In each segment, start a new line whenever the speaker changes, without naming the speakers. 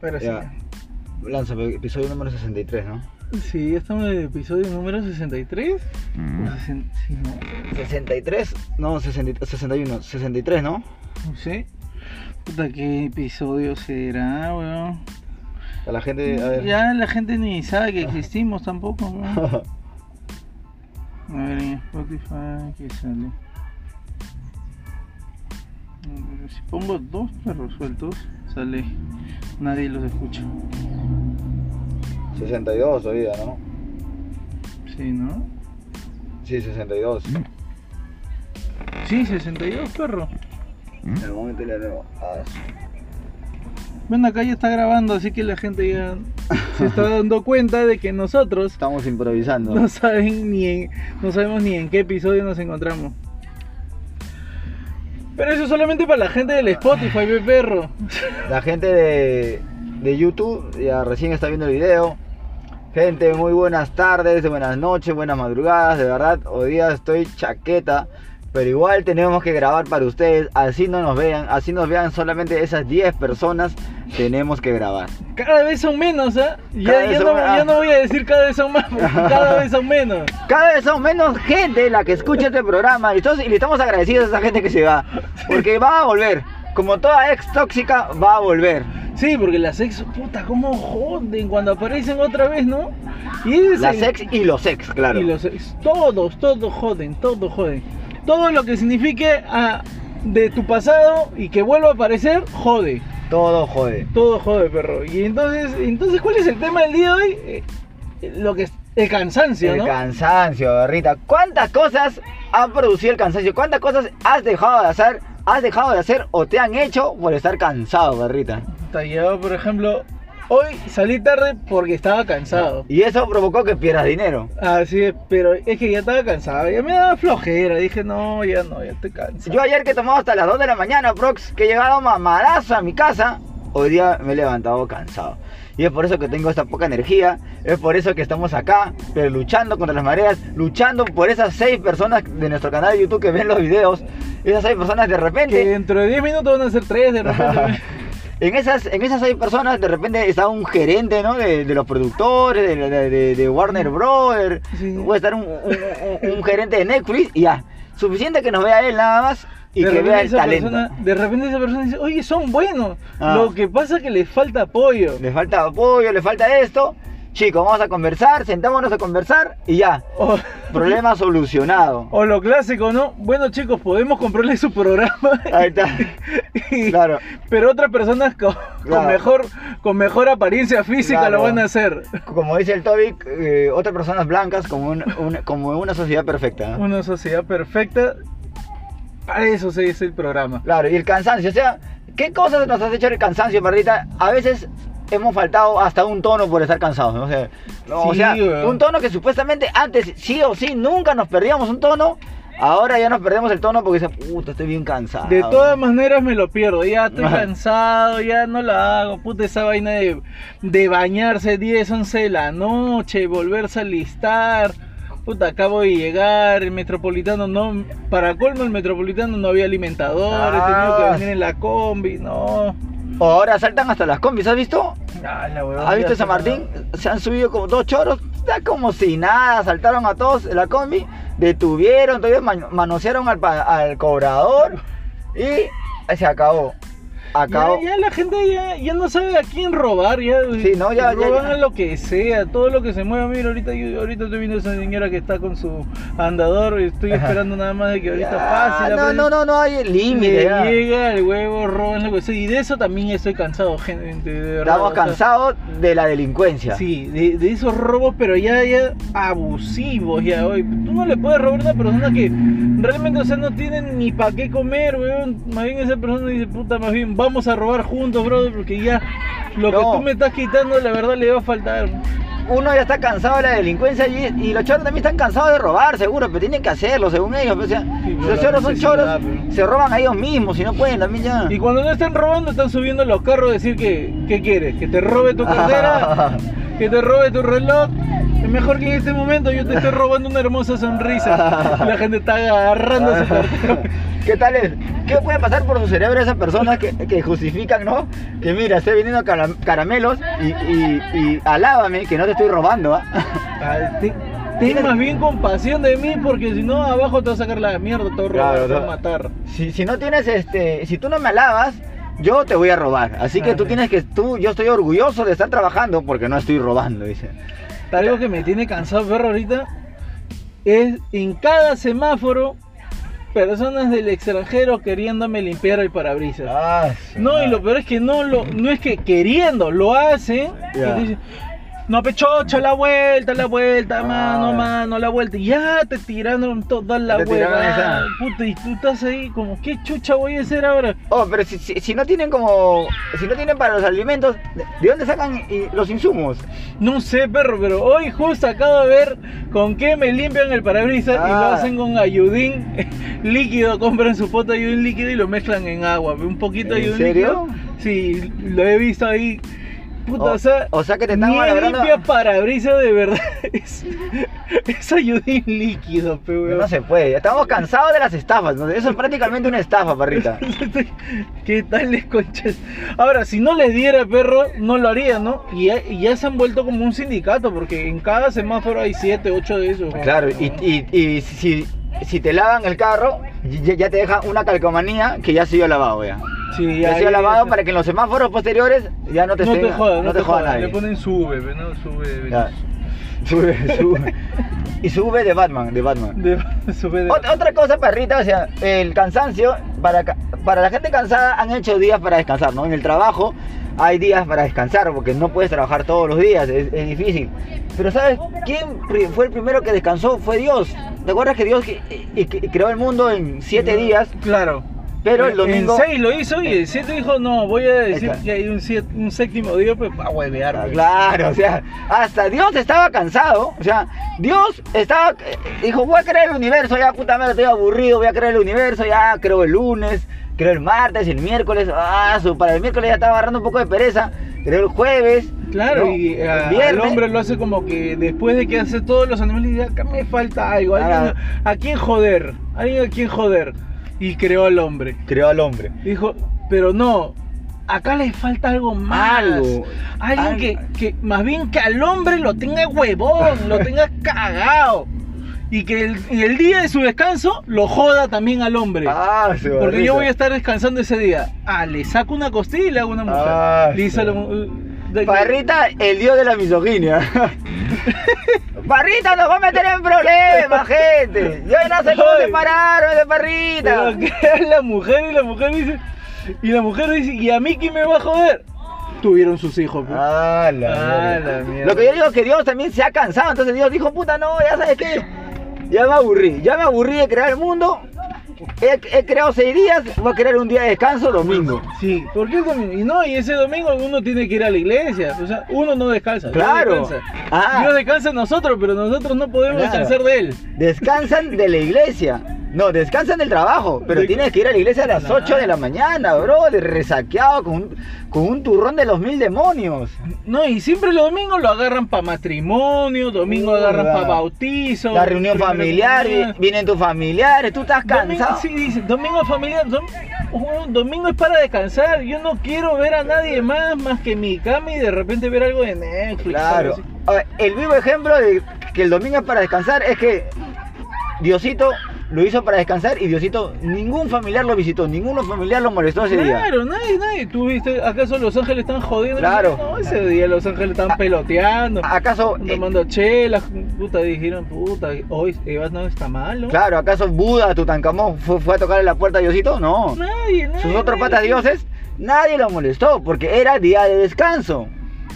Pero
Ya. Lánzame, episodio número 63, ¿no?
sí. Sí, ya estamos en el episodio número 63.
Mm.
O sesen- Pues, sí, no,
63, no, 60, 61, 63, ¿no?
no sé. Puta, ¿qué episodio será, weón?
A la gente, a ver.
Ya la gente ni sabe que existimos tampoco, weón. A ver, en Spotify, ¿qué sale? Mm, Si pongo dos perros sueltos, sale. Nadie los escucha.
62 oiga, ¿no?
Sí, ¿no?
Sí, 62.
Mm.
Sí, 62 perros.
En el momento le nuevo. Ah,
Bueno, acá ya está grabando, así que la gente ya se está dando cuenta de que nosotros
Estamos improvisando.
no saben ni en- no sabemos ni en qué episodio nos encontramos. Pero eso solamente para la gente del Spotify, ve perro.
La gente de, de YouTube ya recién está viendo el video. Gente, muy buenas tardes, buenas noches, buenas madrugadas. De verdad, hoy día estoy chaqueta. Pero igual tenemos que grabar para ustedes. Así no nos vean. Así nos vean solamente esas 10 personas. Tenemos que grabar.
Cada vez son menos, ¿ah?
Cada
Ya,
vez
ya
son
no,
más.
ya no voy a decir cada vez son más, porque cada vez son menos.
Cada vez son menos gente la que escucha este programa. Y, todos- y le estamos agradecidos a esa gente que se va. Porque va a volver. Como toda ex tóxica, va a volver.
Sí, porque las ex, puta, cómo joden cuando aparecen otra vez, ¿no? Y ese es
Las
el-
ex y los ex, claro.
Y los ex, todos, todos joden, todos joden. Todo lo que signifique ah, de tu pasado y que vuelva a aparecer, jode.
Todo jode.
Todo jode, perro. Y entonces, entonces ¿cuál es el tema del día de hoy? Eh, Lo que es el cansancio,
el
¿no?
cansancio, Rita. ¿Cuántas cosas ha producido el cansancio? ¿Cuántas cosas has dejado de hacer? ¿Has dejado de hacer o te han hecho por estar cansado, Barrita?
Puta, Yo, por ejemplo, hoy salí tarde porque estaba cansado.
Y eso provocó que pierdas dinero.
Así es, pero es que ya estaba cansado, ya me daba flojera, dije no, ya no, ya estoy cansado.
Yo ayer que tomaba hasta las 2 de la mañana, Prox, que he llegado mamadazo a mi casa, hoy día me he levantado cansado. Y es por eso que tengo esta poca energía, es por eso que estamos acá, pero luchando contra las mareas, luchando por esas 6 personas de nuestro canal de YouTube que ven los videos. Esas 6 personas de repente...
que dentro de 10 minutos van a ser 3 de repente.
En esas, en esas seis personas de repente está un gerente, ¿no? De, de los productores, de, de- de- de Warner Brothers,
Mm. Sí.
puede estar un, un- un- un gerente de Netflix y ya. Suficiente que nos vea él nada más y que
repente
vea el
esa
talento.
persona- de repente esa persona dice, oye, son buenos.
Ah.
Lo que pasa es que les falta apoyo.
Le falta apoyo, le falta esto. Chicos, vamos a conversar, sentámonos a conversar y ya.
O,
Problema solucionado.
o lo clásico, ¿no? Bueno, chicos, podemos comprarle su programa.
Ahí está.
Y-
Claro.
Pero otras personas con, con
Claro.
mejor, con mejor apariencia física
Claro.
lo van a hacer.
Como dice el Tobic, eh, otras personas blancas como, un- un- como una sociedad perfecta. ¿no?
Una sociedad perfecta. Para eso se dice el programa.
Claro, y el cansancio, o sea, ¿qué cosas nos has hecho el cansancio, perrita? A veces hemos faltado hasta un tono por estar cansados, ¿no? O sea, no, o
Sí,
sea,
weón.
un tono que supuestamente antes sí o sí nunca nos perdíamos un tono, ahora ya nos perdemos el tono porque dice, puta, estoy bien cansado.
De todas maneras me lo pierdo, ya estoy
Ajá.
cansado, ya no la hago, puta esa vaina de, de bañarse 10, 11 de la noche, volverse a listar, puta acabo de llegar, el metropolitano no, para colmo el metropolitano no había alimentador, he tenido que
Ah.
venir en la combi, no.
O ahora saltan hasta las combis, ¿has visto?
Ah, la huevada,
¿Has visto
ya
San Martín? Se han subido como dos choros, está como si nada, saltaron a todos en la combi, detuvieron, todavía man- manosearon al, pa- al cobrador y se acabó. Acabó.
Ya, ya la gente ya, ya no sabe a quién robar, ya.
Sí, no, ya- ya-
Roban
ya.
a lo que sea, todo lo que se mueva. Mira, ahorita, yo- ahorita estoy viendo a esa señora que está con su andador y estoy
Ajá.
esperando nada más de que ahorita
Ya,
pase. la
No,
prensa.
no, no, no hay límite.
Le
ya.
llega el huevo, roban lo que sea. Y de eso también estoy cansado, gente. de verdad,
Estamos
o sea,
cansados de la delincuencia.
Sí, de, de esos robos, pero ya, ya abusivos, ya, hoy. Tú no le puedes robar a una persona que realmente, o sea, no tiene ni para qué comer, weón. Más bien esa persona dice, puta, más bien, vamos a robar juntos, brother, porque ya lo que
No.
tú me estás quitando, la verdad, le va a faltar.
Uno ya está cansado de la delincuencia y, y los choros también están cansados de robar, seguro, pero tienen que hacerlo, según ellos. pues, o sea,
Sí, por
los
la
choros son choros,
necesidad, pero.
se roban a ellos mismos, si no pueden también ya.
Y cuando no están robando, están subiendo los carros a decir que, ¿qué quieres? Que te robe tu cartera, que te robe tu reloj. Mejor que en este momento yo te estoy robando una hermosa sonrisa. La gente está agarrando su cartón.
¿Qué tal es? ¿Qué puede pasar por su cerebro esas personas que, que justifican, no? Que mira, estoy vendiendo cara- caramelos y, y, y alábame que no te estoy robando, ¿ah?
Ah, te- Ten más bien compasión de mí porque si no abajo te va a sacar la mierda, te va a robar,
Claro,
te va a
no.
matar.
Si, si no tienes este, si tú no me alabas, yo te voy a robar. Así que tú
Ajá.
tienes que, tú, yo estoy orgulloso de estar trabajando porque no estoy robando, dice.
Algo que me tiene cansado, perro, ahorita es en cada semáforo personas del extranjero queriéndome limpiar el parabrisas.
Ah,
No, y lo peor es que no lo, no es que queriendo, lo hacen. y
Ya.
dicen, no, pechocho, la vuelta, la vuelta,
Ah.
mano, mano, la vuelta. Y ya te tiraron toda la
Te tiraron
vuelta.
esa.
Puta, y tú estás ahí como, ¿qué chucha voy a hacer ahora?
Oh, pero si, si- si no tienen como, si no tienen para los alimentos, ¿de- ¿de dónde sacan eh, los insumos?
No sé, perro, pero hoy justo acabo de ver con qué me limpian el parabrisas y lo
Ah.
hacen con ayudín líquido. Compran su pote de ayudín líquido y lo mezclan en agua. Un poquito de
¿En
ayudín
serio?
líquido. Sí, lo he visto ahí. Puta,
O-
o sea.
o sea que te están
ni el
malogrando-
limpia pues, parabrisas de verdad. Es, es ayudín líquido, pe, weón.
No se puede. Estamos cansados de las estafas. ¿no? Eso es prácticamente una estafa, parrita.
¿Qué tal les conchas? Ahora, si no les diera perro, no lo haría, ¿no? Y ya, y ya se han vuelto como un sindicato, porque en cada semáforo hay 7, 8 de esos. ¿no?
Claro, y, y- y si, si te lavan el carro, ya, ya te deja una calcomanía que ya ha sido lavado ya.
Sí,
Ya ha
ahí
sido lavado
está.
para que en los semáforos posteriores ya no te
No te
estén-
jodan,
no te joda nadie.
Le ponen sube, pe, ¿no? Sube.
Ya. Sube, sube. Y sube de Batman, de Batman.
de- sube de-
Ot- otra cosa, parrita, o sea, el cansancio, para, ca- para la gente cansada han hecho días para descansar, ¿no? En el trabajo hay días para descansar, porque no puedes trabajar todos los días, es, es difícil. Pero ¿sabes quién pri- fue el primero que descansó? Fue Dios. ¿Te acuerdas que Dios que- y- y- creó el mundo en siete días?
Claro.
Pero el domingo...
En 6 lo hizo y el 7 dijo, no, voy a decir
Está.
que hay un, siete- un séptimo día, pues, para huevear.
Ah,
pe.
Claro, o sea, hasta Dios estaba cansado. O sea, Dios estaba. eh, Dijo, voy a crear el universo, ya puta madre, estoy aburrido, voy a crear el universo, ya creo el lunes, creo el martes, el miércoles. Ah, su- para el miércoles ya estaba agarrando un poco de pereza. Creo el jueves.
Claro,
¿no?
y
El
a- al
viernes.
hombre lo hace como que después de que hace todos los animales, dice, acá me falta algo, alguien- a quién joder, alguien a quién joder. Y creó al hombre.
Creó al hombre.
Dijo, pero no, acá le falta algo más.
Algo,
Alguien
algo.
Que, que más bien que al hombre lo tenga huevón, lo tenga cagado. Y que el, en el día de su descanso lo joda también al hombre.
Ah, su
Porque
barrita.
yo voy a estar descansando ese día. Ah, le saco una costilla y le hago una mujer.
Ah,
Le hizo
sí.
la mu- de-
Barrita, el dios de la misoginia. Barrita nos va a meter en problemas, gente. Yo no sé cómo
Ay.
separarme de Barrita.
Pero que es la mujer y la mujer dice. Y la mujer dice, ¿y a mí quién me va a joder? Tuvieron sus hijos. pues. pe.
Ah,
Ah,
mierda.
la mierda.
Lo que yo digo es que Dios también se ha cansado, entonces Dios dijo, puta, no, ya sabes qué, ya me aburrí, ya me aburrí de crear el mundo, he, he creado seis días, voy a crear un día de descanso domingo.
Sí, porque el domingo. Y no, y ese domingo uno tiene que ir a la iglesia. O sea, uno no descansa. Dios
Claro.
descansa.
Ah.
Dios descansa en nosotros, pero nosotros no podemos
Claro.
descansar de él.
Descansan de la iglesia, no, descansan del trabajo, pero
De-
tienes que ir a la iglesia a las
Claro.
8 de la mañana, bro, de resaqueado con un, con un turrón de los mil demonios.
No, y siempre los domingos lo agarran para matrimonio, domingo
Mierda.
agarran para bautizo.
Uh, La reunión
primera
familiar, eh,
comunión.
vi- vienen tus familiares, tú estás
Domingo,
cansado.
sí, dice, domingo familiar, dom- oh, domingo es para descansar, yo no quiero ver a nadie más más que mi cama y de repente ver algo de Netflix.
Claro.
algo así.
A ver, El vivo ejemplo de que el domingo es para descansar es que Diosito lo hizo para descansar y Diosito, ningún familiar lo visitó, ninguno familiar lo molestó ese día.
Claro, nadie, nadie. ¿Tú viste? ¿Acaso Los Ángeles están jodiendo?
Claro. Ah.
No, ese día Los Ángeles están peloteando,
¿Acaso, eh,
tomando chelas, puta, dijeron, puta, hoy Evas no está malo.
claro, acaso Buda, Tutankamón, fue, fue a tocarle la puerta a Diosito? No.
Nadie, nadie.
Sus otros
nadie.
patas dioses, nadie lo molestó porque era día de descanso.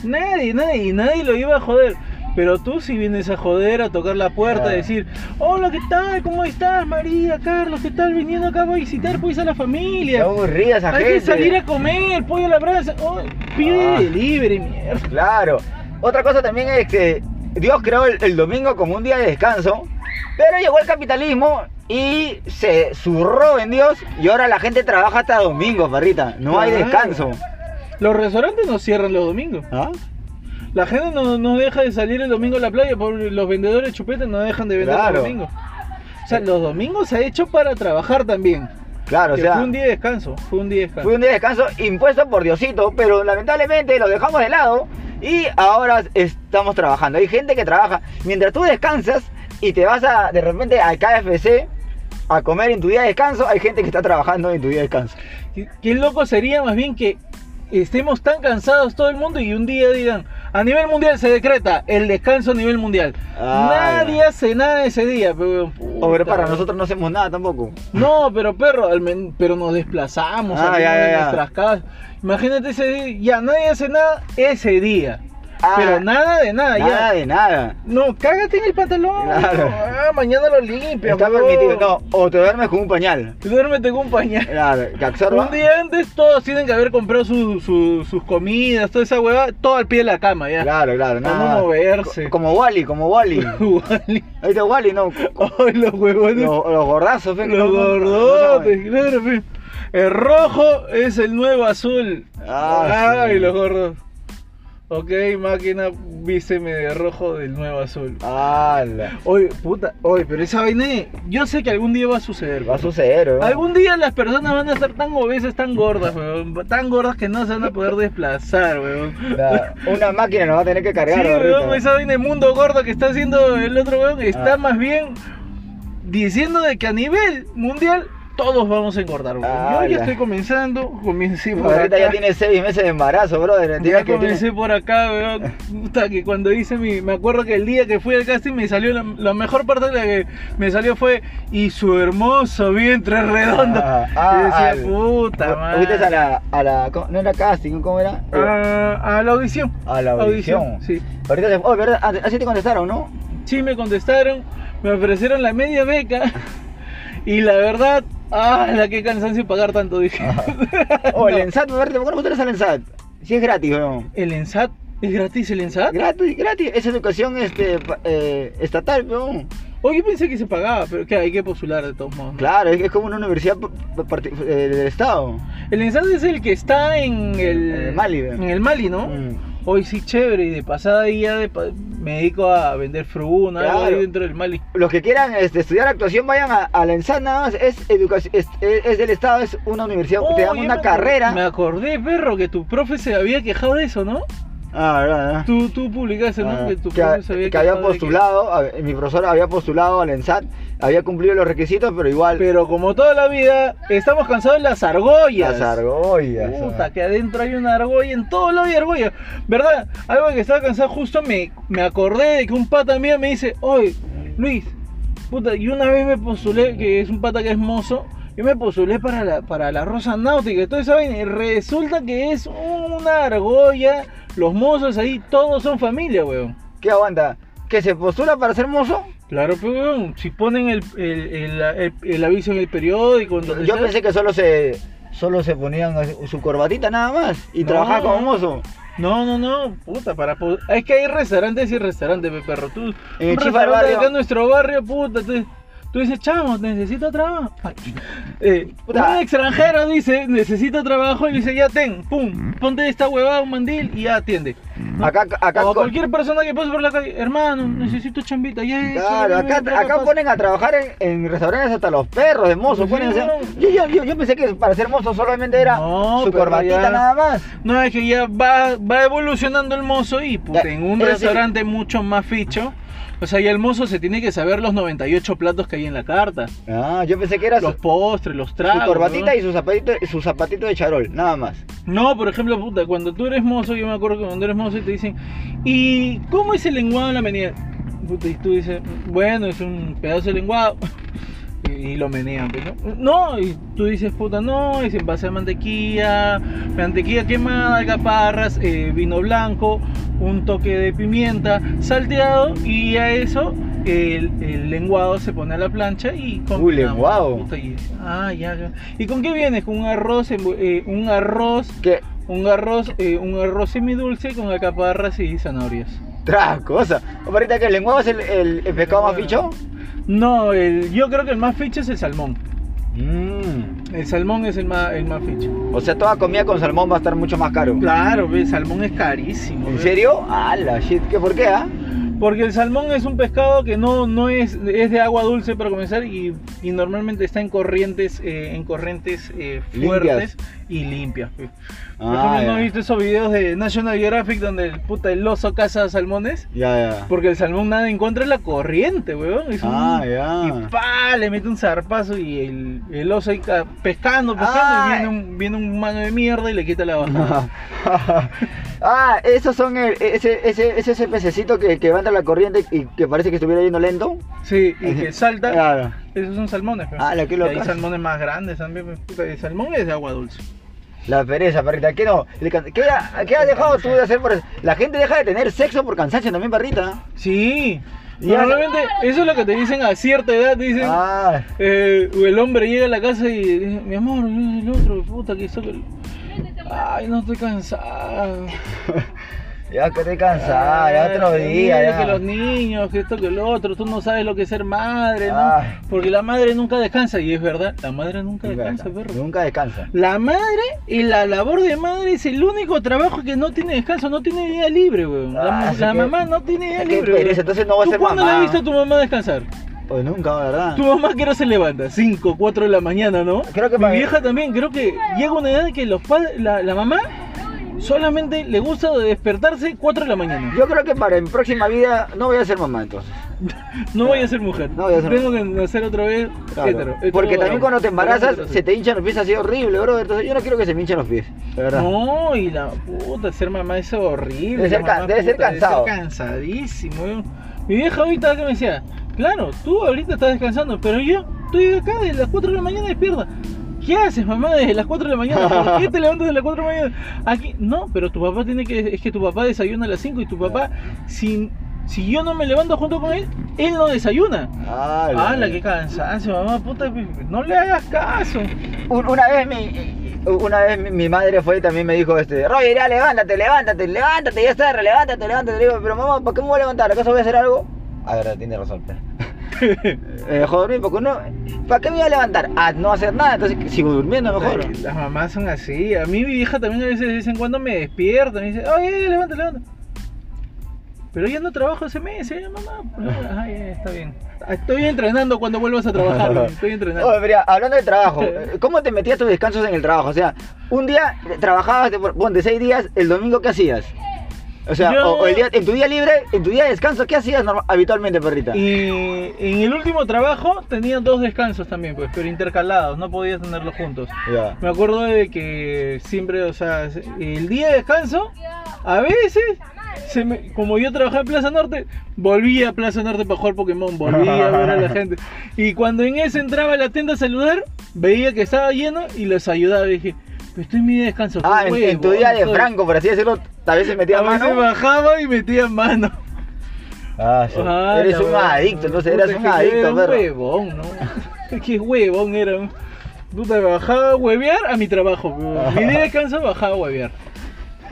Nadie, nadie, nadie lo iba a joder. Pero tú si vienes a joder, a tocar la puerta, a
Claro.
decir, hola, ¿qué tal? ¿Cómo estás, María, Carlos? ¿Qué tal? Viniendo acá a visitar, pues, a la
Qué
familia.
aburrida esa
Hay que
gente.
salir a comer, pollo a la brasa. Oh, pide
Ah.
delivery, mierda.
Claro. Otra cosa también es que Dios creó el, el domingo como un día de descanso, pero llegó el capitalismo y se zurró en Dios y ahora la gente trabaja hasta
Ah.
domingo, parrita. No hay
Claro.
descanso.
Los restaurantes no cierran los domingos.
¿Ah?
La gente no, no deja de salir el domingo a la playa, por los vendedores de chupetes no dejan de vender
Claro.
los domingos. O sea, los domingos se ha hecho para trabajar también.
Claro, o
Que
sea,
fue un día de descanso, fue un día de descanso.
fue un día de descanso impuesto por Diosito, pero lamentablemente lo dejamos de lado y ahora estamos trabajando. Hay gente que trabaja. Mientras tú descansas y te vas a, de repente al KFC a comer en tu día de descanso, hay gente que está trabajando en tu día de descanso.
Qué- Qué loco sería más bien que estemos tan cansados todo el mundo y un día digan, a nivel mundial se decreta el descanso a nivel mundial.
Ay,
Nadie hace nada ese día, pero...
Hombre,
puta.
para nosotros no hacemos nada tampoco.
No, pero perro, al men- pero nos desplazamos
Ah,
salimos
ya, ya,
de
ya.
nuestras casas. Imagínate ese día, ya nadie hace nada ese día.
Ah,
pero nada de nada, ya.
Nada de nada.
No, cágate en el pantalón.
Claro.
Ah, mañana lo limpia.
Está
huevón.
permitido. No, o te duermes con un pañal.
Duérmete con un pañal.
Claro, que absorba.
Un día antes todos tienen que haber comprado su- su- sus comidas, toda esa hueva, todo al pie de la cama ya.
Claro, claro,
Para
nada.
no moverse.
Co- Como Wally, como Wally.
Igual.
Ahí está Wally, no.
Ay, los huevones,
Los, los gordazos, fe, que
los
no- no- no
gordotes,
saben.
claro, fe. El rojo es el nuevo azul.
Ah,
Ay,
sí.
los gordos. Ok, máquina, vísteme de rojo del nuevo azul.
Ala.
Oye, puta, oye, pero esa vaina, yo sé que algún día va a suceder.
Va a suceder, weón.
Algún día las personas van a estar tan obesas, tan gordas, weón. Tan gordas que no se van a poder desplazar, weón.
La- una máquina nos va a tener que cargar,
sí,
gordito.
weón, esa vaina de mundo gordo que está haciendo el otro weón está
Ah.
más bien diciendo de que a nivel mundial todos vamos a engordar, weón. Yo
Ala.
ya estoy comenzando, comencé por
Ahorita ya
acá.
tiene seis meses de embarazo, brother.
Ya
Tienes que,
comencé por acá, weón. Puta, que cuando hice mi. Me acuerdo que el día que fui al casting me salió. La, la mejor parte de la que me salió fue. Y su hermoso vientre redondo.
Ah, ah,
y decía,
al-
puta,
Fu-
madre.
Fuiste a la, a la. ¿cómo- ¿No era casting? ¿Cómo era?
Ah, a, a la audición.
a la audición.
Sí.
Ahorita te- oh, ¿verdad? Ah, Así te contestaron, ¿no?
Sí, me contestaron. Me ofrecieron la media beca. Y la verdad. Ah, la que cansancio pagar tanto, dije.
O Oh, el ENSAT, ¿verdad? ¿Por qué no gustas el ENSAT? Si es gratis, weón.
¿El ENSAT? ¿Es gratis el ENSAT?
Gratis, gratis. Es educación este, pa- eh, estatal, weón.
Oye, Oh, yo pensé que se pagaba, pero que hay que postular de todos modos. ¿no?
Claro, es, es como una universidad pa- parti- eh, del Estado.
El ENSAT es el que está en el,
En el Mali, ¿verdad?
En el Mali, ¿no?
Mm.
Hoy sí, chévere. Y de pasada ya de pa- me dedico a vender fruguna, algo ahí
Claro.
dentro del Mali.
Los que quieran este, estudiar actuación, vayan a, a la ENSAT nada más. Es, educación, es, es- es del Estado, es una universidad. te
Oh,
dan
ya
una
me acor-
carrera.
Me acordé, perro, que tu profe se había quejado de eso, ¿no?
Ah, verdad, ¿verdad?
Tú, tú publicaste, ¿no?
Ah,
que tu
que,
profe se había
que había
quejado de que-
postulado, a ver, mi profesora había postulado al ENSAT, había cumplido los requisitos, pero igual.
Pero como toda la vida, estamos cansados de las argollas.
las argollas.
Puta, que adentro hay una argolla, en todo lado hay argolla. ¿Verdad? Algo que estaba cansado, justo me, me acordé de que un pata mío me dice, oye, Luis, puta, y una vez me postulé, que es un pata que es mozo, yo me postulé para la, para la Rosa Náutica y todo eso, y resulta que es una argolla, los mozos ahí, todos son familia, weón.
¿Qué aguanta? ¿Que se postula para ser mozo?
Claro, pero weón, si ponen el, el, el- el- el aviso en el periódico, en donde
Yo
sea,
pensé que solo se solo se ponían así, su corbatita nada más y
No.
trabajaba como mozo.
No, no, no, puta, para po- Es que hay restaurantes y restaurantes, pe perro. Tú, un
En el
restaurante
Chifa del Barrio.
acá en nuestro barrio, puta, tú, tú dices, chamo, necesito trabajo. Ay, eh,
Puta.
Un extranjero dice, necesito trabajo, y dice, ya ten,
Mm.
pum, ponte esta huevada, un mandil, y ya atiende. ¿No?
Acá acá
o
co-
cualquier persona que pase por la calle, hermano, necesito chambita, ya, ya,
Claro,
ya,
acá,
ya, ya,
acá
pasa".
ponen a trabajar en, en restaurantes hasta los perros de mozo.
Sí,
ponen, o sea,
no.
yo, yo- yo- yo pensé que para ser mozo solamente era
No,
su
pero
corbatita
ya-
nada más.
No, es que ya va, va evolucionando el mozo y puta,
Ya,
en un
eso sí.
restaurante mucho más ficho. O sea, ya el mozo se tiene que saber los 98 platos que hay en la carta.
Ah, yo pensé que era
Los
su,
postres, los
su
tragos.
corbatita
¿no?
y su zapatito, su zapatito de charol, nada más.
No, por ejemplo, puta, cuando tú eres mozo, yo me acuerdo que cuando eres mozo y te dicen, ¿y cómo es el lenguado en la avenida? Puta, y tú dices, bueno, es un pedazo de lenguado. Y, y lo menean, pues, ¿no? No, y tú dices, puta, no, es en base a mantequilla, mantequilla quemada, alcaparras, eh, vino blanco, un toque de pimienta, salteado, y a eso el, el lenguado se pone a la plancha y
Uy, lenguado.
Puta, y- ah, ya, ya. ¿Y con qué vienes? Con un arroz, envu- eh, un arroz
Que
un arroz, eh, un arroz semidulce con alcaparras y zanahorias.
Tras cosa. Ahorita que el lenguado es el, el- el pescado más
Bueno.
fichón.
No, el, yo creo que el más ficho es el salmón.
Mm.
El salmón es el más, el más ficha.
O sea, toda comida con salmón va a estar mucho más caro.
Claro, ve, el salmón es carísimo.
¿En
ve.
serio? ¡Hala, shit! ¿Qué por qué, ah?
Porque el salmón es un pescado que no, no es, es de agua dulce para comenzar y, y normalmente está en corrientes, eh, en corrientes eh,
Limpias.
fuertes y limpias. pe. Por
Ah,
ejemplo, ¿no
ya.
viste esos videos de National Geographic donde el puta el oso caza salmones?
Ya, ya.
Porque el salmón nada en contra de la corriente, weón. Es un-
Ah,
Y
ya.
pa, le mete un zarpazo y el, el oso ahí ca- pescando, pescando,
Ah.
y viene un, viene un mano de mierda y le quita la bajada.
ah, esos son el, ese, ese, es ese pececito que, que va entre la corriente y que parece que estuviera yendo lento.
Sí, y que salta.
Claro.
Esos son salmones, pe.
Ah, lo que
Y
lo
hay salmones más grandes también. pe. Puta, El salmón es de agua dulce.
La pereza, perrita. ¿Qué no? El can- ¿Qué, ha- qué has dejado tú de hacer por La gente deja de tener sexo por cansancio también, perrita.
Sí.
Y
Normalmente eso es lo que te dicen a cierta edad, te dicen,
Ah,
eh, el hombre llega a la casa y dice, mi amor, el otro, puta, que hizo que... Ay, no estoy cansado.
ya que estoy cansada, ya
Ay,
otro
que
día.
mira,
ya.
Ah, Que los niños, que esto, que lo otro, tú no sabes lo que es ser madre, ¿no?
Ay.
Porque la madre nunca descansa, y es verdad, la madre nunca descansa, perro.
Nunca descansa.
La madre y la labor de madre es el único trabajo que no tiene descanso, no tiene día libre, weón.
Ah,
La,
sí
la
que-
mamá no tiene día
Qué
libre.
pereza,
weón.
entonces no va a
¿Tú
ser
¿Cuándo le
mamá.
has visto a tu mamá descansar?
Pues nunca, ¿verdad?
Tu mamá que hora se levanta, 5, 4 de la mañana, ¿no?
Creo que
Mi
para-
vieja también, creo que llega una edad en que los padres, la, la mamá solamente le gusta despertarse 4 de la mañana.
Yo creo que para mi próxima vida no voy a ser mamá entonces.
No voy a ser mujer.
No voy a ser
Tengo que nacer otra vez
Claro.
hetero, hetero,
Porque
varón.
también cuando te embarazas
Varón
se te hinchan los pies así horrible, bro. Entonces yo no quiero que se me hinchen los pies. De
hetero.
verdad.
No, y la puta, ser mamá es horrible.
Debe ser
la
ca-
mamá,
debe ser
puta,
cansado.
Debe ser cansadísimo. weón. Mi vieja ahorita que me decía, claro, tú ahorita estás descansando, pero yo estoy acá desde las 4 de la mañana despierta. ¿Qué haces, mamá, desde las 4 de la mañana? ¿Por qué te levantas desde las 4 de la mañana? Aquí, no, pero tu papá tiene que, es que tu papá desayuna a las 5 y tu papá, si, si yo no me levanto junto con él, él no desayuna.
Ah,
¡Hala, qué cansancio, mamá puta! No le hagas caso.
Un- Una vez mi, una vez mi, mi madre fue y también me dijo este, Roger, ya levántate, levántate, levántate, ya está, levántate, levántate. Le digo, pero mamá, ¿para qué me voy a levantar? ¿Acaso voy a hacer algo? A ver, tiene razón. Eh, pe. Me dejó dormir porque uno, ¿para qué me voy a levantar? A no hacer nada, entonces sigo durmiendo mejor.
Ay, Las mamás son así. A mí mi hija también a veces de vez en cuando me despierta. Me dice, oye, levanta, levanta. Pero ya no trabajo ese mes, ¿eh, mamá? Ay, está bien. Estoy entrenando cuando vuelvas a trabajar. mami, Estoy entrenando.
Oye, pero ya, hablando de trabajo, eh, ¿cómo te metías tus descansos en el trabajo? O sea, un día trabajabas, de, ponte seis días, el domingo ¿qué hacías? O sea,
Yo-
o, o el día, en tu día libre, en tu día de descanso, ¿qué hacías norma- habitualmente, perrita?
Y en el último trabajo tenía dos descansos también, pues, pero intercalados, no podía tenerlos juntos.
Ya.
Me acuerdo de que siempre, o sea, el día de descanso, a veces, se me- como yo trabajaba en Plaza Norte, volvía a Plaza Norte para jugar Pokémon, volvía a ver a la gente. Y cuando en ese entraba a la tienda a saludar, veía que estaba lleno y les ayudaba. Y dije, pues estoy en mi descanso. qué
Ah, en, en tu
huevón
día de
soy".
Franco, por así decirlo, tal vez se metía
A veces
mano.
bajaba y metía mano.
Ah, sí.
Ah,
eres
la
un
verdad,
adicto, entonces
puta,
eras
es
un
que yo Era
adicto,
un
perro.
huevón, ¿no? Qué huevón era. Puta, bajaba a huevear a mi trabajo. pero Mi día de descanso bajaba a huevear.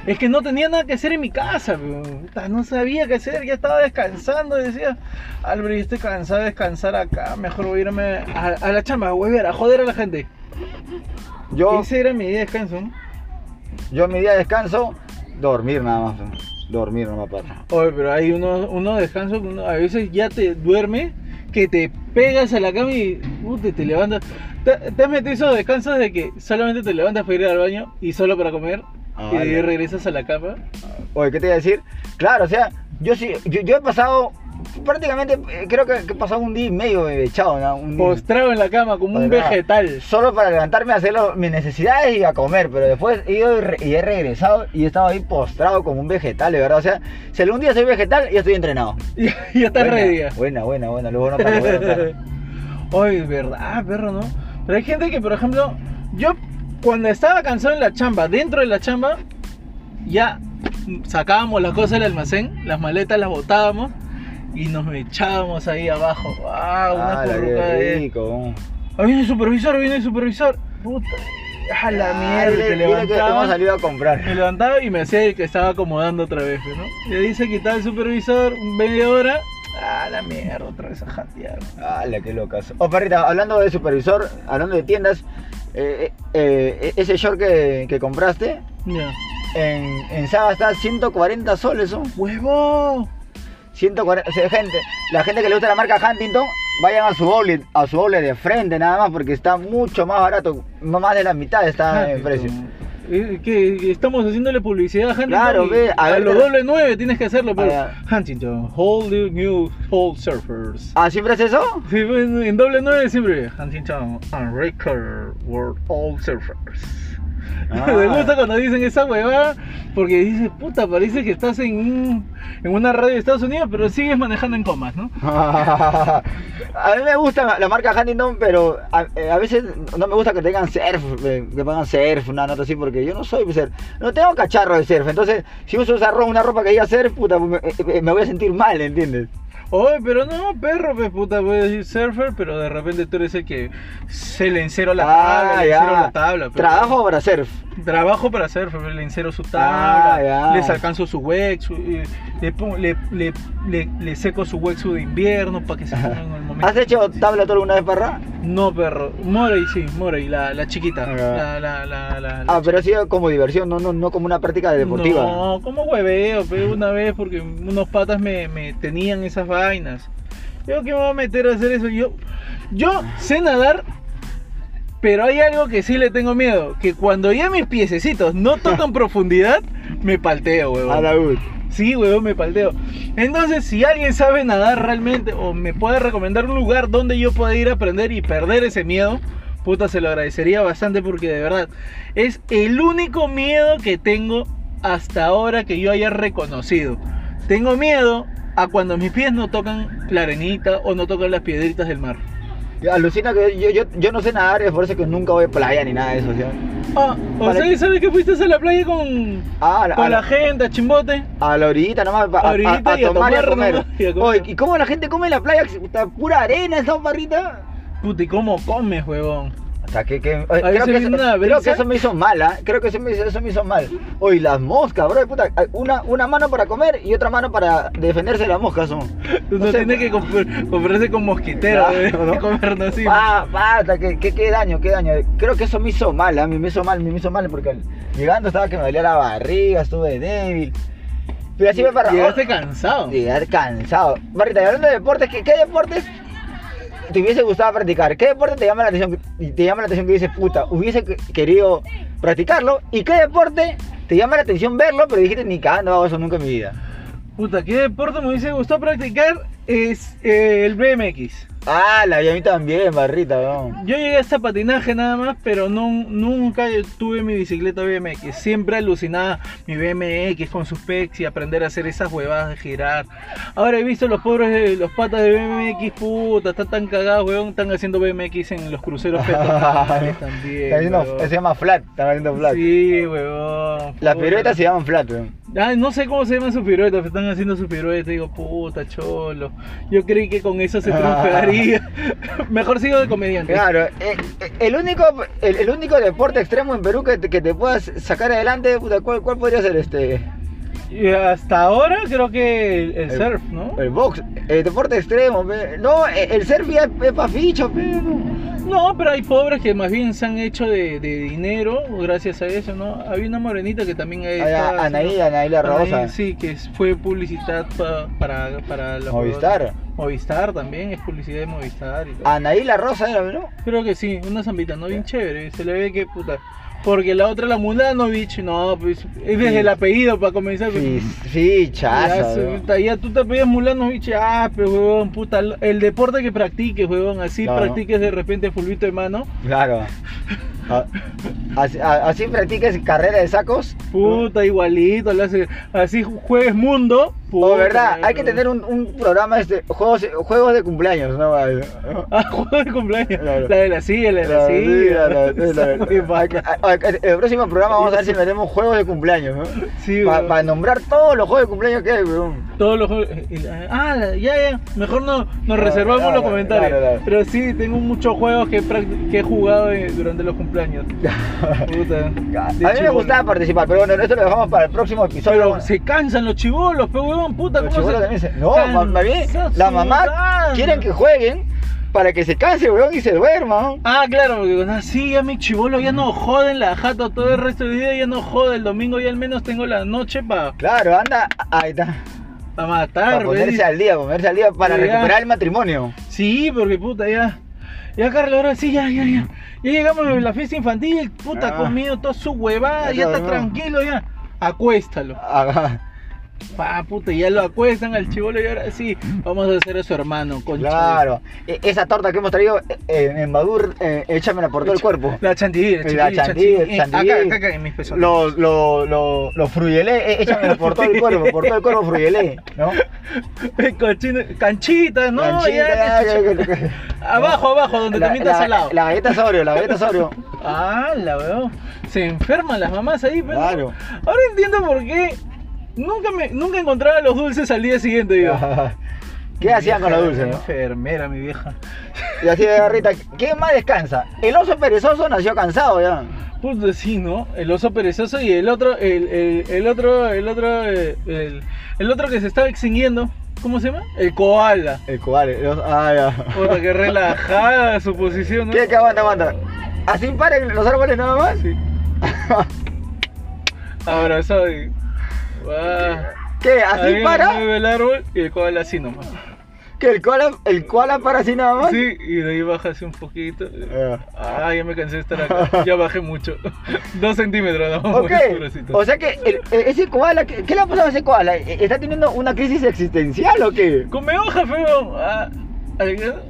Es que no tenía nada que hacer en mi casa, pero, puta, no sabía qué hacer, ya estaba descansando. y Decía, Albert, yo estoy cansado de descansar acá, mejor voy a irme a, a la chamba, a huevear, a joder a la gente.
Yo,
Ese era mi día de descanso. ¿no?
yo en mi día de descanso, dormir nada más. pe. Dormir nomás, perro.
Oye, pero hay unos unos descansos que uno- a veces ya te duerme, que te pegas a la cama y puta, te levantas. ¿Te, te has metido esos descansos de que solamente te levantas para ir al baño y solo para comer
Ah,
y de ahí
vale.
regresas a la cama?
Oye, ¿qué te iba a decir? Claro, o sea, yo sí, yo, yo he pasado prácticamente, eh, creo que, que he pasado un día y medio eh, echado, ¿no? Un día.
Postrado en la cama como un
Para nada.
vegetal.
Solo para levantarme a hacer lo- mis necesidades y a comer, pero después he ido y, re- y he regresado y he estado ahí postrado como un vegetal, de verdad. O sea, si algún día soy vegetal, ya estoy entrenado.
Y ya estás
buena,
ready. ya.
Buena, buena, buena, lo bueno para lo bueno para-
Oye, es verdad, ah, perro, ¿no? Pero hay gente que, por ejemplo, yo cuando estaba cansado en la chamba, dentro de la chamba, ya sacábamos las cosas del almacén, las maletas las botábamos y nos echábamos ahí abajo. ¡Ah, una
Ah, la
curruca
qué
de-
rico.
¡Ah, viene el supervisor, viene el supervisor! ¡Puta! ¡A la
Ah,
mierda!
dile-
Te
dile que hemos
levantaba,
salido a comprar.
me levantaba y me hacía el que estaba acomodando otra vez, ¿no? Y ahí se quitaba el supervisor media hora Ah, la mierda, otra vez a jantear.
¡Hala, qué locas! Oh, perrita, hablando de supervisor, hablando de tiendas, eh, eh, eh, ese short que, que compraste
Ya.
en, en Saba está 140 soles, ¿no?
¡Huevo!
140, o sea, gente, la gente que le gusta la marca Huntington, vayan a su outlet, a su outlet de frente nada más, porque está mucho más barato, no más de la mitad está Ah, en precio.
Eh, que estamos haciéndole publicidad a Huntington.
Claro,
y
ve, a
a,
ver,
los
pero- Ah,
doble nueve tienes que hacerlo, pero.
ver.
Huntington, hold the new hold surfers.
¿Ah, siempre es eso?
Sí, pues, en doble nueve siempre. Huntington, and record world all surfers.
Ah.
Me gusta cuando dicen esa huevada, porque dices, puta, parece que estás en, un- en una radio de Estados Unidos, pero sigues manejando en comas, ¿no?
a mí me gusta la marca Huntington, pero a, eh, a veces no me gusta que tengan surf, eh, que pongan surf, una nota así, porque yo no soy surf, no tengo cacharro de surf, entonces si uso esa ro- una ropa que diga surf, puta, me, eh, eh, me voy a sentir mal, ¿entiendes?
Oye, pero no, perro, pues puta, voy a decir surfer, pero de repente tú eres el que se le encero la tabla, le encero la tabla. pero-
Ah, Trabajo para surf.
Trabajo para surfer, pues, le encero su tabla,
Ah, ya.
les alcanzo su wetsuit, eh, le, pongo- le, le, le, le seco su wetsuit de invierno para que se ponga en el momento.
¿Has hecho tabla tú alguna vez, parra?
No, perro. Morey, sí, Morey, la, la chiquita.
Ah.
La, la, la, la, la
Ah, pero ha sido como diversión, no, no, no como una práctica deportiva.
No, como hueveo, pe, una vez porque unos patas me, me tenían esas vainas. Yo que me voy a meter a hacer eso. Yo, yo sé nadar, pero hay algo que sí le tengo miedo, que cuando ya mis piececitos no tocan profundidad, me palteo,
A
huevón.
la UD.
Sí, huevón, me palteo. Entonces, si alguien sabe nadar realmente o me puede recomendar un lugar donde yo pueda ir a aprender y perder ese miedo, puta, se lo agradecería bastante porque de verdad es el único miedo que tengo hasta ahora que yo haya reconocido. Tengo miedo a cuando mis pies no tocan la arenita o no tocan las piedritas del mar.
Alucina que yo, yo, yo no sé nadar, es por eso que nunca voy a playa ni nada de eso. o sea.
Ah, ¿o
Para-
sea, ¿sabes que fuiste a la playa con,
Ah, a, la- a
con la
la,
gente, a chimbote?
a la orillita nomás, pa- a, a-
Orillita
a
y a
tomar y a
tomar
comer.
nomás y a comer.
Oye, ¿y cómo la gente come en la playa? Está pura arena esa parrita.
Puta, ¿y cómo comes, huevón?
O sea, que, que- oye,
Ahí se
creo, que
viene
eso,
una
creo que
brisa.
eso me hizo mal, ¿ah? Creo que eso me, hizo- eso me hizo mal. Oye, las moscas, bro, puta, ah, una, una mano para comer y otra mano para defenderse de las moscas. Son.
Uno
No sé,
tiene que compr- comprarse con mosquitero,
Claro,
eh,
¿no?
comerlo así.
Ah, basta, que, que- qué daño, qué daño. Creo que eso me hizo mal, a mí me hizo mal, me hizo mal porque al- llegando estaba que me dolía la barriga, estuve débil. Pero así me paró.
Llegaste cansado.
Llegar cansado. Barrita, y hablando de deportes, ¿qué, qué deportes te hubiese gustado practicar? ¿Qué deporte te llama la atención? y Te llama la atención que dices, puta, hubiese que- querido practicarlo. ¿Y qué deporte te llama la atención verlo, pero dijiste, ni cagando hago eso nunca en mi vida?
Puta, ¿qué deporte me hubiese gustado practicar? Es eh, el BMX.
Ah, la y a mí también, barrita, weón.
Yo llegué hasta patinaje nada más, pero no, nunca tuve mi bicicleta BMX. Siempre alucinaba mi BMX con sus pecs y aprender a hacer esas huevadas de girar. Ahora he visto los pobres, de- los patas de BMX, puta, están tan cagados, weón, están haciendo BMX en los cruceros peatonales también.
Está haciendo-
weón.
se llama flat, está haciendo flat.
Sí, huevón.
Las
puta.
piruetas se llaman flat, weón.
Ay, no sé cómo se llaman sus piruetas, pero están haciendo sus piruetas. Digo, puta, cholo. Yo creí que con eso se triunfaría. Mejor sigo de comediante.
Claro, eh, eh, el único, el, el único deporte extremo en Perú que, te- que te puedas sacar adelante, puta, ¿cuál, cuál podría ser este?
Y hasta ahora creo que el, el
El-
surf, ¿no?
El box, el deporte extremo, pe. no, eh, el surf ya es, para ficho, pero.
No, pero hay pobres que más bien se han hecho de, de dinero gracias a eso, ¿no? Había una morenita que también está...
Ah, Anaí, Anaí la Rosa.
Sí, que es- fue publicidad pa- para, para los
Movistar.
Movistar también, es publicidad de Movistar y todo.
Anaí la Rosa era, ¿no?
Creo que sí, una zambita, ¿no? Bien chévere, se le ve que puta. Porque la otra, la Mulanovich, no, pues es desde
Sí.
el apellido para comenzar. pues.
Sí, sí,
Ya,
chaza,
se-
weón.
ta- ya tú te pedías Mulanovich, ah, pues huevón, puta, el- el deporte que practiques, huevón, así
Claro.
practiques de repente fulbito de mano,
Claro. A- Así, a- así practiques carrera de sacos.
puta, igualito, le hace- así juegues mundo.
O
puta,
Oh, verdad, hay que
huevón.
tener un, un programa este, juegos, juegos de cumpleaños, ¿no?
Ah, juego de cumpleaños,
Claro.
la de la silla, la de la,
La
silla.
verdad, la verdad,
Esa
la
muy
verdad.
vaca.
Ah, ah, El próximo programa vamos a ver si metemos juegos de cumpleaños, ¿no?
Sí,
Para
huevón.
nombrar todos los juegos de cumpleaños que hay, weón.
Todos los juegos. el- Ah, la- ya, ya. Mejor no, nos
Claro,
reservamos
claro,
los comentarios.
claro, claro.
Pero sí, tengo muchos juegos que he, pract- que he jugado eh, durante los cumpleaños. Puta. de
A mí me
chibolo.
gustaba participar, pero bueno, esto lo dejamos para el próximo episodio.
Pero se cansan los chibolos, pero huevón, puta,
Los
¿cómo
chibolos
se-
también se- No, ma- más bien,
Cansas
la mamá
sudando.
quieren que jueguen para que se canse, weón, y se duerma. ¿no?
Ah, claro, porque con así ya mi chivolo ya no joden la jato todo el resto del día, ya no jode. El domingo ya al menos tengo la noche para
Claro, anda, ahí está.
matar,
Para
güey.
ponerse al día, ponerse al día para
Ya.
recuperar el matrimonio.
Sí, porque puta, ya. Ya, Carlos, ahora sí, ya, ya, ya. Ya llegamos a la fiesta infantil, puta,
Ah.
comido toda su huevada,
Ya
ya
todo,
está
¿no?
tranquilo, ya. Acuéstalo.
Ah,
Pa, puta, ya lo acuestan al chivolo y ahora sí, vamos a hacer a su hermano, concha.
claro. E- Esa torta que hemos traído eh, eh, en Badur, eh, échamela por todo el cuerpo.
La chantilly, la chantilly.
La chantilly, el
Eh,
chantilly.
Acá, acá, acá, en mis pezones.
Los, los, los, los frugelé, eh, échamela por todo el cuerpo, por todo el cuerpo frugelé, ¿no?
Cochino- Canchita, no, ya.
Canchita,
que-
ya, ya, ya.
Abajo, abajo, donde
La-
también está
la-
salado.
La galleta Sorio, la galleta Sorio.
Ah, la veo. Se enferman las mamás ahí, pero.
Claro.
Ahora entiendo por qué. Nunca me, nunca encontraba los dulces al día siguiente, digo.
¿Qué hacían con
la
los dulces? no?
Enfermera, mi vieja.
Y así de garrita, ¿quién más descansa? El oso perezoso nació cansado ya.
Puta, Pues, sí, ¿no? El oso perezoso y el otro, el, el, el otro, el otro, eh, el, el otro que se estaba extinguiendo. ¿Cómo se llama? El koala.
El cobarde, el oso- ah, ya.
Puta, que relajada su posición, ¿no?
¿Qué, que aguanta, aguanta? ¿Así paren los árboles nada más?
Sí. Abrazado y. Ah.
¿Qué?
Ahí
¿Así
viene
para?
mueve el árbol y el koala así nomás.
¿Que el koala, el koala para así nada más?
Sí, y de ahí baja así un poquito.
Eh.
Ah, ya me cansé de estar acá. Ya bajé mucho. Dos centímetros, ¿no?
Ok, o sea que el- e- ese koala, ¿qué, qué le ha pasado a ese koala? ¿E- ¿Está teniendo una crisis existencial o qué?
Come hoja, feo. Ah, ay, ah,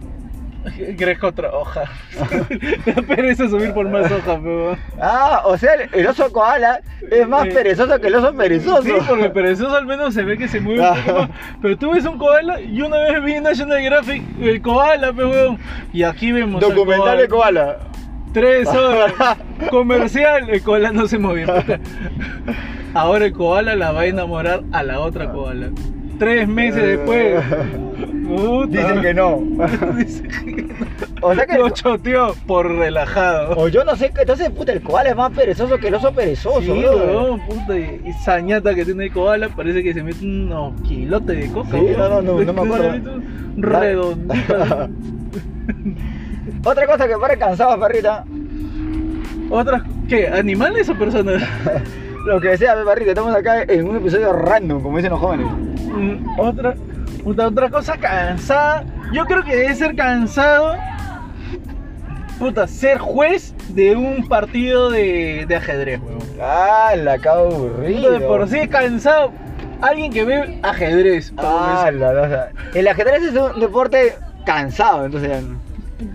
crezco otra hoja. Me da pereza subir por más hojas, feo.
Ah, o sea, el, el oso koala es más
Eh,
perezoso que el oso perezoso.
Sí, porque perezoso al menos se ve que se mueve un poco más. Pero tú ves un koala y una vez vi en National Graphic el koala, pe weón. Y aquí vemos. al
Documental de koala.
Tres horas. Comercial. El koala no se movió. Ahora el koala la va a enamorar a la otra
Ah.
koala. Tres meses después. Puta.
Dicen que no.
Dice que no.
O sea que.
Lo choteó por relajado.
O yo no sé, qué- entonces, puta, el koala es más perezoso que el oso perezoso,
Sí,
brother.
weón, puta, y y sañata que tiene el koala, parece que se mete unos kilotes de coca.
Sí,
weón.
no, no, no, no me acuerdo.
Redondita.
Otra cosa que para cansado, perrita.
¿Otras? ¿Qué? ¿Animales o personas?
Lo que sea, pe, perrita, estamos acá en un episodio random, como dicen los jóvenes.
Mm, otra, puta, otra cosa cansada. Yo creo que debe ser cansado. Puta, ser juez de un partido de, de ajedrez, weón.
Ah, la acá
Puta,
aburrido.
de por sí es cansado. Alguien que ve ajedrez. pa'
Ah, la, la, o sea, el ajedrez es un deporte cansado, entonces ya. no.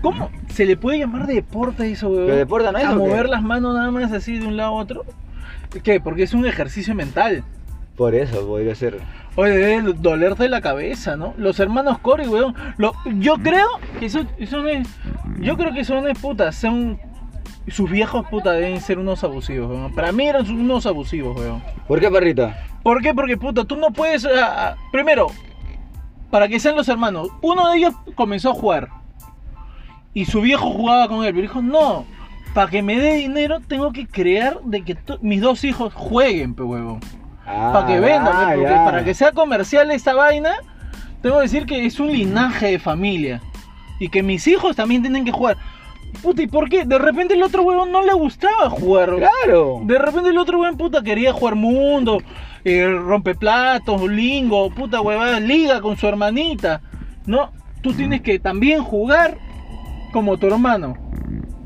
comenzar. ¿Cómo se le puede llamar deporte a eso, weón?
¿Pero deporte no es
A
o qué?
mover las manos nada más así de un lado a otro. ¿Qué? Porque es un ejercicio mental.
Por eso podría ser.
Oye, debe dolerte la cabeza, ¿no? Los hermanos Cory, weón. Lo- yo creo que son, son es- yo creo que son es, puta, son sus viejos puta deben ser unos abusivos, weón. Para mí eran unos abusivos, weón.
¿Por qué, perrita?
¿Por qué? Porque puta, tú no puedes ah, ah, primero para que sean los hermanos. Uno de ellos comenzó a jugar y su viejo jugaba con él, pero dijo, "No, para que me dé dinero tengo que crear de que to- mis dos hijos jueguen, pe huevón."
Ah,
para que vendan,
ah,
¿no? Porque
ya.
para que sea comercial esta vaina, tengo que decir que es un linaje de familia. Y que mis hijos también tienen que jugar. Puta, ¿y por qué? De repente el otro huevón no le gustaba jugar.
Claro.
De repente el otro huevón, puta, quería jugar mundo, eh, rompeplatos, lingo, puta huevada, liga con su hermanita. No, tú tienes que también jugar como tu hermano.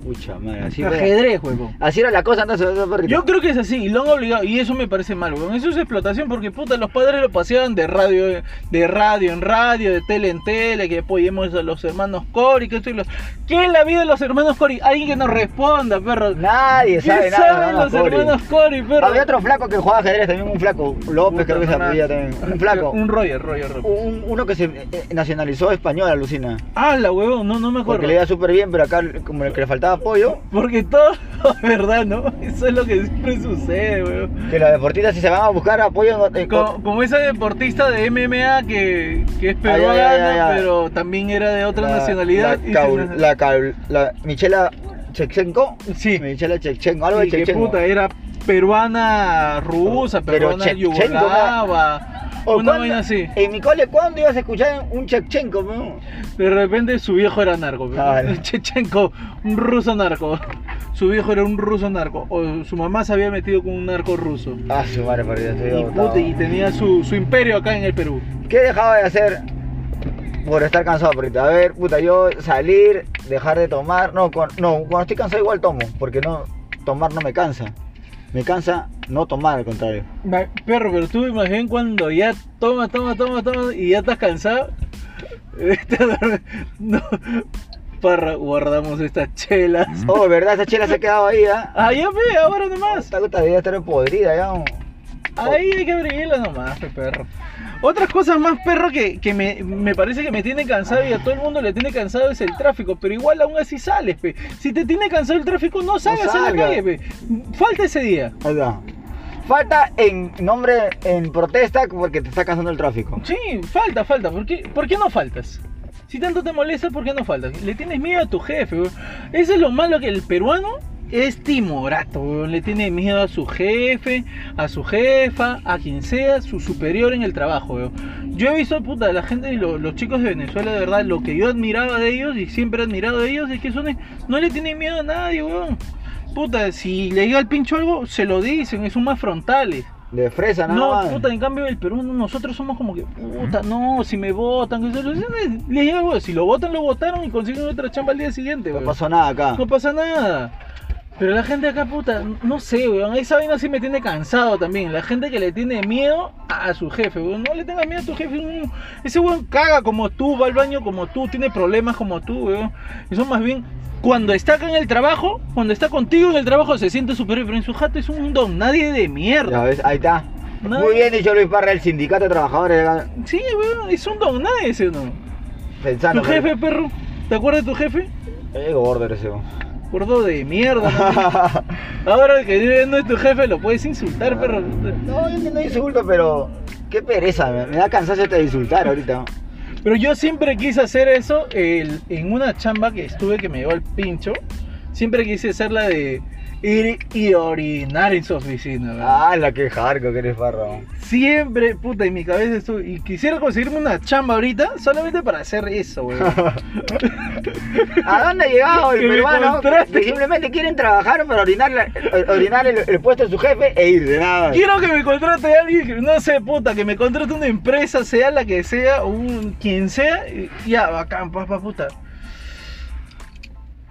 Pucha madre, así era,
Ajedrez, huevón.
así era la cosa entonces, esa perrita.
Yo creo que es así, y lo han obligado, y eso me parece mal, weón. Eso es explotación porque puta, los padres lo paseaban de radio, eh, de radio en radio, de tele en tele, que apoyemos a los hermanos Cory, que esto y los. ¿Qué es la vida de los hermanos Cory? Alguien que nos responda, perro.
Nadie
¿Qué saben
sabe nada. nada,
los
pobre.
hermanos Cory, perro?
Había otro flaco que jugaba ajedrez también, un flaco. López
Puta,
creo que se
no,
apellía
nada.
también. Un flaco.
Un Roger, Roger, Roger.
Un- uno que se eh, eh, nacionalizó español, alucina.
Ah, la huevón, no, no me acuerdo.
Porque le iba súper bien, pero acá como que le faltaba apoyo,
Porque todo, verdad, ¿no? Eso es lo que siempre sucede, weón.
que los deportistas si se van a buscar apoyo... eh, co-
Como, como esa deportista de MMA que, que es
Ay, ay, ay,
peruana,
ay, ay.
pero también era de otra
la-
nacionalidad.
La,
y se
caul-
nace-
la, caul- la Michela Chechenko.
Sí.
Michela Chechenko, algo
y
de
que
Chechenko.
puta, era peruana rusa,
Pero
peruana
Che- Chenko,
yugoslava.
O
Una
cuándo-
vaina así.
En mi cole, ¿cuándo ibas a escuchar un Chevchenko? no?
De repente su viejo era narco. pe.
Claro.
Chechenko, un ruso narco. Su viejo era un ruso narco. O su mamá se había metido con un narco ruso.
Ah, su madre perdida, estoy
Y,
agotado.
puta, y tenía su, su imperio acá en el Perú.
¿Qué he dejado de hacer por estar cansado, perrito? A ver, puta, yo salir, dejar de tomar. No, cuan- no, cuando estoy cansado igual tomo, porque no tomar no me cansa. Me cansa no tomar, al contrario.
Ma- Perro, pero tú imagínate cuando ya toma, toma, toma, toma y ya estás cansado. Vete a dormir. no. Parra, guardamos estas chelas.
Oh, ¿verdad? Esa chela se ha quedado ahí, ¿ah?
Ah, ya ve, ahora nomás.
Esta puta debía estar podrida, ya.
Ahí hay que abrirla nomás, pe perro. Otras cosas más, perro, que, que me, me parece que me tiene cansado y a todo el mundo le tiene cansado es el tráfico, pero igual aún así sales, pe. Si te tiene cansado el tráfico, no salgas a la
salgas.
calle, pe. Falta ese día.
Ahí va. Falta en nombre, en protesta, porque te está cansando el tráfico.
Sí, falta, falta. ¿Por qué, por qué no faltas? Si tanto te molesta, ¿por qué no faltas? Le tienes miedo a tu jefe, weón. Eso es lo malo que el peruano es timorato, weón. Le tiene miedo a su jefe, a su jefa, a quien sea, su superior en el trabajo, weón. Yo he visto, puta, la gente, lo- los chicos de Venezuela, de verdad, lo que yo admiraba de ellos y siempre he admirado de ellos es que son, no le tienen miedo a nadie, weón. Puta, si le llega al pincho algo, se lo dicen, son más frontales.
De fresa, nada
No,
más.
puta, en cambio el Perú, nosotros somos como que, puta, no, si me votan, que se lo- les llega, weón, si lo votan, lo votaron y consiguen otra chamba al día siguiente,
No
weón.
pasó nada acá.
No pasa nada. Pero la gente acá, puta, no sé, weón, esa vaina sí me tiene cansado también. La gente que le tiene miedo a, a su jefe, weón, no le tengas miedo a tu jefe. no. Ese weón caga como tú, va al baño como tú, tiene problemas como tú, weón. Eso más bien, cuando está acá en el trabajo, cuando está contigo en el trabajo, se siente superior, pero en su jato es un don, nadie de mierda.
Ya ves, ahí está.
No.
Muy bien dicho Luis Parra, el sindicato de trabajadores. acá,
Sí, weón, es un don, nada ese, ¿no?
Pensando.
tu
Ah, pero-
jefe, perro, ¿te acuerdas de tu jefe?
Eh, gordo eres, weón.
Gordo de mierda. ¿no? Ahora el que no es tu jefe lo puedes
Ah.
insultar, perro.
No, yo que no insulto, pero qué pereza, me, me da cansancio hasta de insultar ahorita.
Pero yo siempre quise hacer eso el- en una chamba que estuve que me dio el pincho. Siempre quise hacer la de ir y orinar en su oficina. ¿no?
Ah, la que jarco que eres parro.
Siempre, puta, en mi cabeza estuve. Y quisiera conseguirme una chamba ahorita solamente para hacer eso, weón.
¿A dónde ha llegado el
Que me
peruano?
contrate.
Que simplemente quieren trabajar para orinar, la- orinar el, el puesto de su jefe e ir de nada. más.
Quiero que me contrate alguien, que- no sé, puta, que me contrate una empresa, sea la que sea, un, quien sea, y- ya, bacán, papá, puta.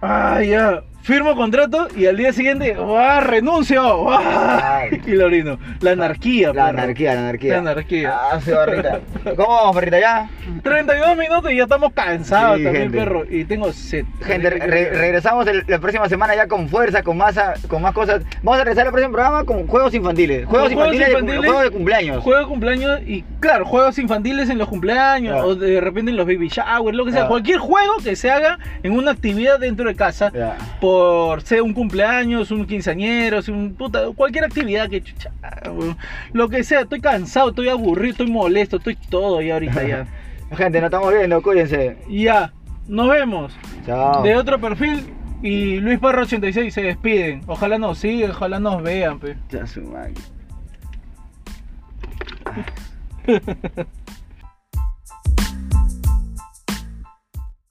Ah, ya, firmo contrato y al día siguiente, ¡ah, renuncio! ¡Ah!
Ay.
Y lo orino. La anarquía,
La
perro.
anarquía, la anarquía.
La anarquía.
Ah, sí, barrita. ¿Cómo vamos, barrita, ya?
32 minutos y ya estamos cansados
Sí,
también,
gente.
perro. Y tengo sed.
Gente, re- regresamos el- la próxima semana ya con fuerza, con más, a- con más cosas. Vamos a regresar al próximo programa con juegos infantiles. Juegos,
Con juegos
infantiles, de cum-
infantiles.
juegos de cumpleaños.
Juego de cumpleaños y, claro, juegos infantiles en los cumpleaños
Ya.
o de repente en los baby showers, lo que sea.
Ya.
Cualquier juego que se haga en una actividad dentro de casa,
Ya.
por sea un cumpleaños, un quinceañero, sea un puta, cualquier actividad que chucha, weón. lo que sea. Estoy cansado, estoy aburrido, estoy molesto, estoy todo ya ahorita ya.
Gente, nos estamos viendo, cuídense.
ya, nos vemos
Chao.
de otro perfil y Luis Parra 86 se despiden. Ojalá nos sigan, ojalá nos vean, pe.
Ya su madre.